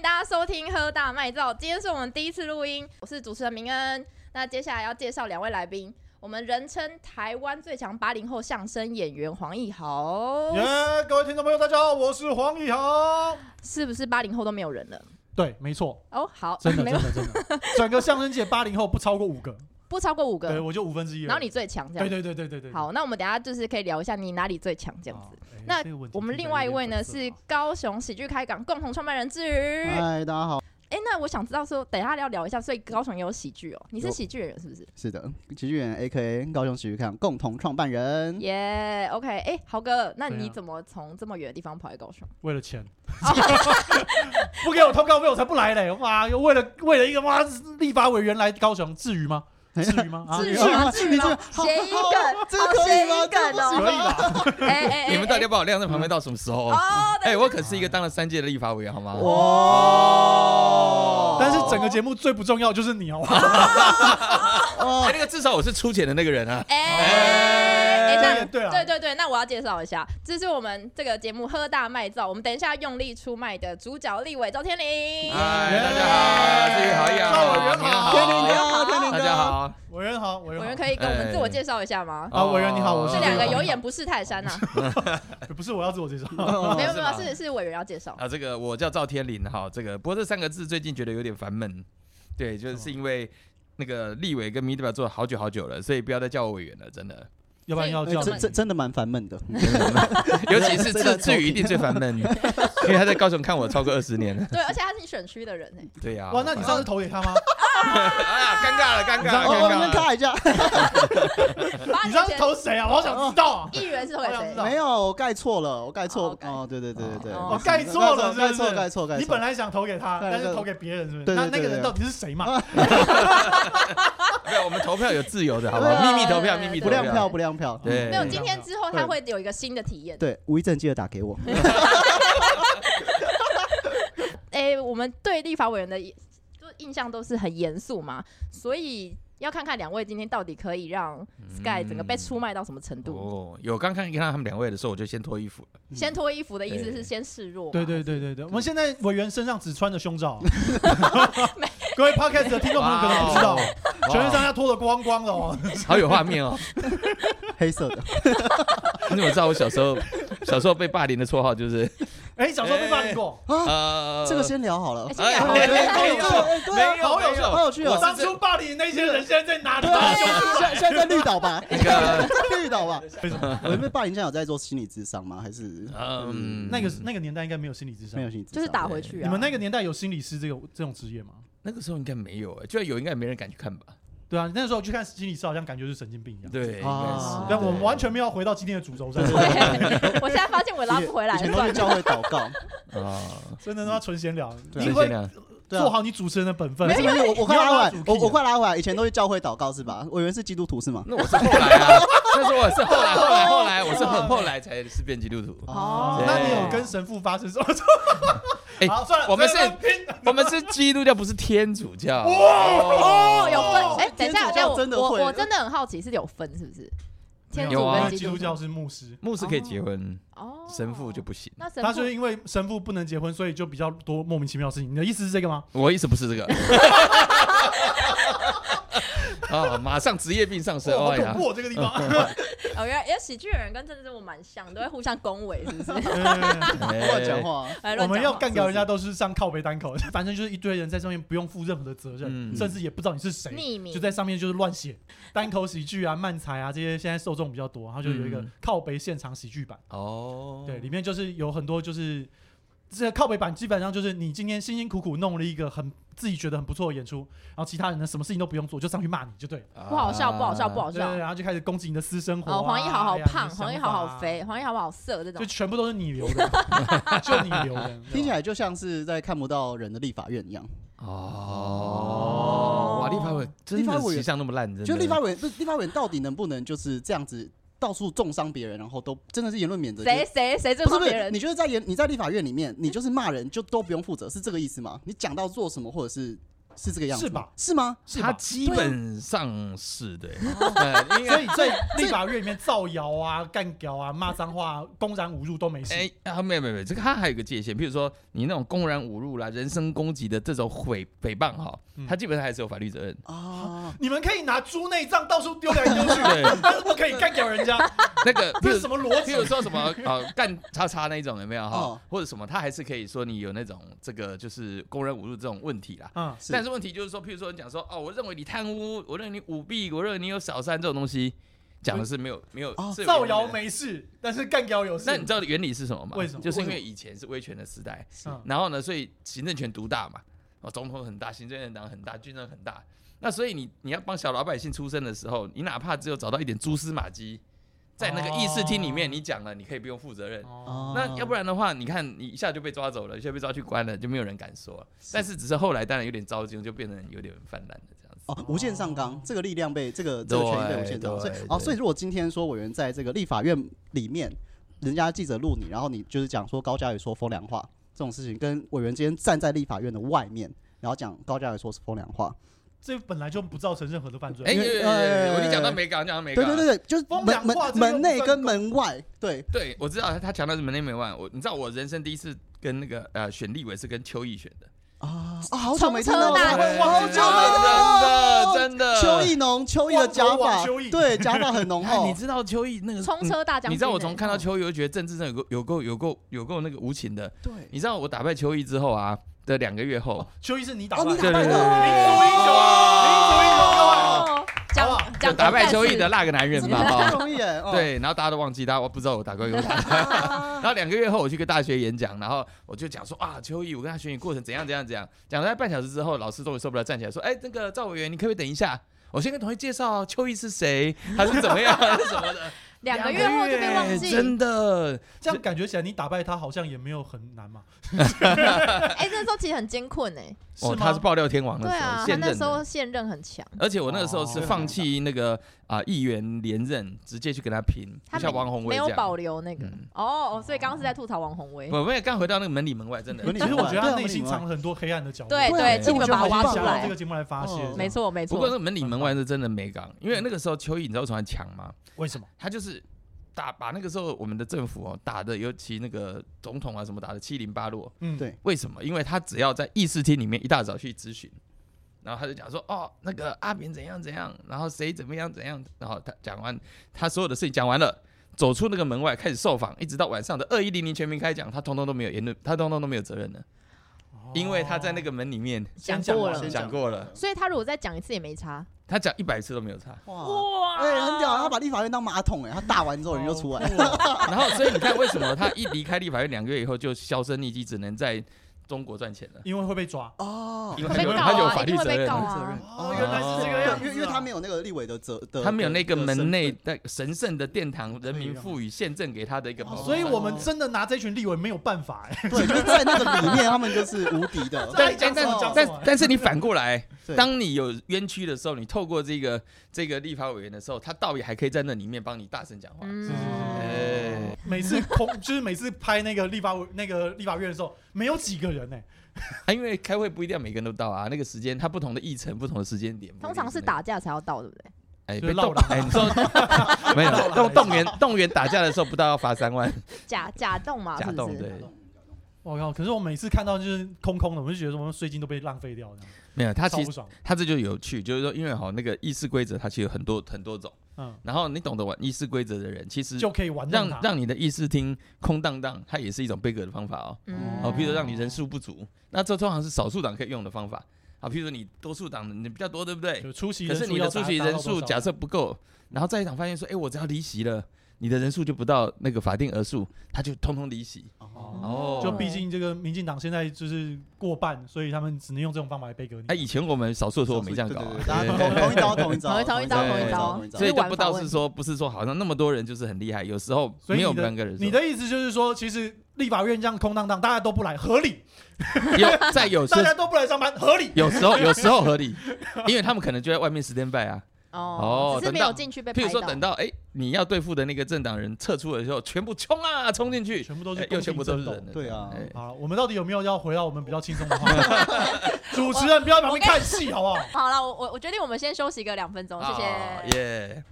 大家收听《喝大麦照》，今天是我们第一次录音，我是主持人明恩。那接下来要介绍两位来宾，我们人称台湾最强八零后相声演员黄义豪，耶各位听众朋友，大家好，我是黄以豪。是不是八零后都没有人了？对，没错，哦，好， 真的，没真有的，真的，整个相声界八零后不超过五个，不超过五对个，我就五分之一了。然后你最强这样。对对对对对对，好，那我们等一下就是可以聊一下你哪里最强这样子。好。哎那这个问题我们听起另来外一有点位呢本色是啊高雄喜剧开港共同创办人志宇。嗨，大家好，哎、那我想知道说，等一下要聊一下，所以高雄也有喜剧哦，你是有喜剧演员是不是？是的，喜剧演员 A K A 高雄喜剧看共同创办人。耶、o k 哎、豪哥，那对你啊怎么从这么远的地方跑来高雄？为了 钱，不给我通告费我才不来嘞！哇，又为了为了一个哇立法委员来高雄，至于 吗？至于吗？啊，至于可吗？吗至于吗你这？谐音梗，这个好可谐以音吗这梗个不哦行。以吧？哎哎哎， 你们到底要把我晾在旁边到什么时候？哦，哎，我可是一个当了三届的立法委员，好吗？哦但是整个节目最不重要就是你，好不好？哎，那个至少我是出钱的那个人啊。哎哎，哎那对对啊对对对，那我要介绍一下，这是我们这个节目《喝大卖照》，我们等一下用力出卖的主角立伟赵天林。嗨，耶哎大家好，这里好哎呀，赵委员好你天林好哥，天林哥，大家，好，委员好，委我们员好，可以跟我们自哎我介绍一下吗？啊委员你好我是这哦两个有眼不识泰山呐，啊不是我要自我介绍，没 有没有，哦是是是委员要介绍。啊，这个我叫赵天林哈，这个不过这三个字最近觉得有点烦闷，对，就是因为那个立委跟民代表做了好久好久了，所以不要再叫我委员了，真 的，要不然要所以叫哎这真你真真的蛮烦闷的。尤其是这志个志宇一定最烦 闷，因为他在高雄看我超过二十年了，对，而且他是你选区的人哎，对呀，哇，那你上次投给他吗？啊，尴尬了，尴你尬知道了，哦，尴我尬们了。看一下，八你年上次前投谁啊？我好想知道啊！哦议员是投给我想谁知？道没有，我盖错了，我盖哦错，盖哦，对对对对对，哦我盖错了盖是不错，是盖错，盖错。你本来想投给他，对但是对投给别人，是不是？对对那那对个对啊人到底是谁嘛？没有，我们投票有自由的，好不好？对秘密投票，秘密不投亮票。票，不亮票。对没哎有，对今天之后他会有一个新的体验。对，无意正记得打给我。哎、我们对立法委员的印就印象都是很严肃嘛，所以要看看两位今天到底可以让嗯 Sky 整个被出卖到什么程度。哦，有刚看看到他们两位的时候，我就先脱衣服了。嗯先脱衣服的意思对是先示弱嘛，对对还是对对对，我们现在委员身上只穿着 胸罩，啊 各位 podcast 的听众朋友可能不知道，哦哇全身上下脱的光光的哦。好有画面哦！黑色的，你怎么知道我小时候 小时候被霸凌的绰号就是哎，小时候被霸凌过，呃啊这个先聊好了哎。哎好没有哎哎没有哎对啊没有好没有好有趣哦我是。当初霸凌那些人现在在哪里对？啊，现现在在绿岛吧？那个在绿岛吧？为什么？我们霸凌现在有在做心理智商吗？还是嗯那个那个年代应该没有心理智商没有，心理智商？就是打回去啊。你们那个年代有心理师这个这种职业吗？那个时候应该没有，哎就算有应该也没人敢去看吧？对啊，那时候去看心理师好像感觉是神经病一样。对，应啊该哦是。但我们完全没有回到今天的主轴上，对， 我现在发现我拉不回来以了，前以前都算了。是教会祷 告。啊，真的他妈纯闲聊，对你啊谢会谢你啊对啊做好你主持人的本分没。有，我我快拉你回来要拉主，我 key 啊我快拉回来。以前都是教会祷告是吧？我以为是基督徒是吗？那我是后来啊，那时候我是后来后来后来，我是很后来才是变基督徒。哦那对你有跟神父发生什么？哎 好，算了，我们是这个拼 我们是基督教，不是天主教。哦，有分哦哎、等一下，天等一主教下我真的我会我真的很好奇是有分是不是？天有主啊因跟为基督督教是牧师，牧师可以结婚，哦，神父就不行。那神他父就是因为神父不能结婚，所以就比较多莫名其妙的事情。你的意思是这个吗？我意思不是这 个。啊、马上职业病上身，哇好哎恐呀，怖哦，这个地方。 哦，原来因为喜剧演员跟政治人物蛮像，都会互相恭维，是不 是？对不要讲话啊，哎嗯我们要，乱讲干掉人家都是上靠背单口， 反正就是一堆人在上面不用负任何的责任，嗯甚至也不知道你是话谁，匿名就在上面就是乱写单口喜剧啊、漫才啊这些，现在受众比较多，然后就有一个嗯靠背现场喜剧版，哦，对，里面就是有很多就是。这个靠北版基本上就是你今天辛辛苦苦弄了一个很自己觉得很不错的演出，然后其他人呢什么事情都不用做，就上去骂你就对了。啊不好笑，不好笑，不好对笑对，。然后就开始攻击你的私生活、啊。哦，黄奕豪好哎呀胖，你的黄奕想豪法好啊肥，黄奕豪好色，这种就全部都是你留的， 就你留的， 听起来就像是在看不到人的立法院一样。哦，哇，立法委真立法的委形象那么烂，真的就立法委不是立法委到底能不能就是这样子到处重伤别人，然后都真的是言论免责？谁谁谁最就是帮不别是不是，人你？就是在言你在立法院里面，你就是骂人就都不用负责，是这个意思吗？你讲到做什么或者是是这个样子是吧？是吗？是他吧？基本上是对，呃因为所以 在立法院里面造谣啊、干屌啊、骂脏话啊、公然侮辱都没事。哎啊，没有没有没有，这个它还有一个界限，譬如说你那种公然侮辱啦、人身攻击的这种诽诽谤哈嗯，它基本上还是有法律责任。啊，你们可以拿猪内脏到处丢来丢去，对，但是不可以干掉 人家，那 个譬这如是什么逻辑譬？如说什么呃干叉叉那一种有没有哈哦，或者什么，他还是可以说你有那种这个就是公然侮辱这种问题啦。嗯，是但是问题就是说，譬如说你讲说哦，我认为你贪污，我认为你舞弊，我认为你有小三这种东西，讲的是没有没有哦是有造原理的谣。没事，但是干掉有事。那你知道原理是什么吗？为什么就是因为以前是威权的时代，啊嗯然后呢，所以行政权独大嘛，哦，总统很大，行政院长很大，军人很大。那所以你你要帮小老百姓出声的时候，你哪怕只有找到一点蛛丝马迹，在那个议事厅里面哦你讲了，你可以不用负责任。啊哦，那要不然的话，你看你一下就被抓走了，一下被抓去关了，就没有人敢说了。但是只是后来当然有点糟心，就变成有点泛滥的这样子。哦，无限上纲，这个力量被这个这个权益被无限上纲，所对以对哦，所以如果今天说委员在这个立法院里面，人家记者录你，然后你就是讲说高嘉宇说风凉话这种事情，跟委员之间站在立法院的外面，然后讲高嘉宇说是风凉话，这本来就不造成任何的犯罪。哎，因有为有有呃有有你讲到没港，讲到没对港，对对对，就是风门凉门话这个门内不算跟门外，对，对，我知道他他强调是门内门外。我你知道我人生第一次跟那个呃选立委是跟邱毅选的，啊啊，好久没听到从车大了，战好久没听到了，真的真的邱意浓，邱意的假光头发王邱，毅对，假发很浓哎厚你，知道邱毅那个嗯冲车大将军欸、你知道我从看到邱毅，我就觉得政治上有够有够有够有够那个无情的。对， 你知道我打败邱毅之后啊的两个月后，邱医生，你打哦，扮你民族打英败对对对的，雄，哦，好不好讲就讲打败战邱毅士的那个男人真嘛的 哈不。容易耶，哦，对，然后大家都忘记他，我不知道我打过一 个他。然后两个月后，我去个大学演讲，然后我就讲说啊，邱毅，我跟他选举过程怎样怎样怎样。讲了半小时之后，老师终于受不了，站起来说：“哎，那个赵委员，你可不可以等一下？我先跟同学介绍邱毅是谁，他是怎么样什么的。”两个月后就被忘记，真的。这样感觉起来你打败他好像也没有很难嘛，哎、那时候其实很艰困哎、是哦，吗？他是爆料天王对那时啊候，，他现那任时候的。现任很强，而且我那个时候是哦放弃那个啊议员连任，直接去跟他拼，他就像王宏没威有这保样。留那个、嗯哦哦，所以刚刚是在吐槽王宏威，我们也刚回到那个门里门外，真的。门里其实我觉得对他啊内心我明白藏了很多黑暗的角落，对对对，哎请你们我觉得把它好挖棒出想哦到这来个，节目来发泄哦，这没样错没不过错，那门里门外是真的没港，因为那个时候邱毅你知道为什么很强吗？为什么？他就是打把那个时候我们的政府哦打的，尤其那个总统啊什么打的七零八落。嗯，对为什么？因为他只要在议事厅里面一大早去咨询，然后他就讲说哦那个阿扁怎样怎样，然后谁怎么样怎样，然后他讲完他所有的事情讲完了。走出那个门外开始受访，一直到晚上的二一零零全民开讲，他通通都没有言论，他通通都没有责任的，因为他在那个门里面讲先过哦讲了先，讲过了，所以他如果再讲一次也没差，他讲一百次都没有差。哇。哇哎、很屌！他把立法院当马桶哎、他大完之后人就出来了。然后，所以你看，为什么他一离开立法院两个月以后就销声匿迹，只能在中国赚钱了？因为会被抓。哦，因为他被有告他有啊，法一律定会责被任告啊，啊，哦，原来是这个对样因子啊，为因为他没有那个立委的责的，他没有那个的门身内份那神圣的殿堂，人民赋予宪政给他的一个保哦障。所以我们真的拿这群立委没有办法哎。对，就是在那个里面，他们就是无敌的。对但哎讲但什么讲但什但么但是你反过来对，当你有冤屈的时候，你透过这个这个立法委员的时候，他倒也还可以在那里面帮你大声讲话。是是嗯，哎，每次空就是每次拍那个立法委那个立法院的时候，没有几个人哎、啊因为开会不一定要每个人都到啊，那个时间他不同的议程、不同的时间点，通常是打架才要到，对不对？哎就是被绕动了哎，你说 没有动动员动员打架的时候，不到要罚三万假假动嘛，假啊是不动是？对。我靠！可是我每次看到就是空空的，我就觉得我们税金都被浪费掉这样，没有，他超其不实爽。他这就有趣，就是说，因为哈那个议事规则，它其实有很多很多种，嗯，然后你懂得玩议事规则的人，其实就可以玩弄让他。让你的议事厅空荡荡，它也是一种背格的方法哦。嗯，哦，比如说让你人数不足，那这通常是少数党可以用的方法啊。譬如说你多数党你比较多，对不对？就出席可人数是你要的达出席人数达到多少假设不够，然后在一党发现说，哎，我只要离席了，你的人数就不到那个法定额数，他就通通离席。哦哦，就毕竟这个民进党现在就是过半，所以他们只能用这种方法来背隔哎，你。以前我们少数的时候我们这样搞对啊对对，大家同同一招，同一招，同一招同一招同一对所以这是就不玩法到问是题说不是说好像那么多人就是很厉害，有时候所以没有你的半个人说。你的意思就是说，其实立法院这样空荡荡，大家都不来，合理；有在有时 大家都不来上班，合理。有时候有时候合理，因为他们可能就在外面 stand by 啊，哦，哦只是没等到有进去被譬拍如说，到等。到哎、你要对付的那个政党人撤出的时候，全部冲啊，冲进去，全部都是哎又全部都是公平人正了。对啊哎斗。好了，我们到底有没有要回到我们比较轻松的话题？ 主持人不要在旁边看戏好不好？好了，我我我决定我们先休息个两分钟，谢谢。啊耶。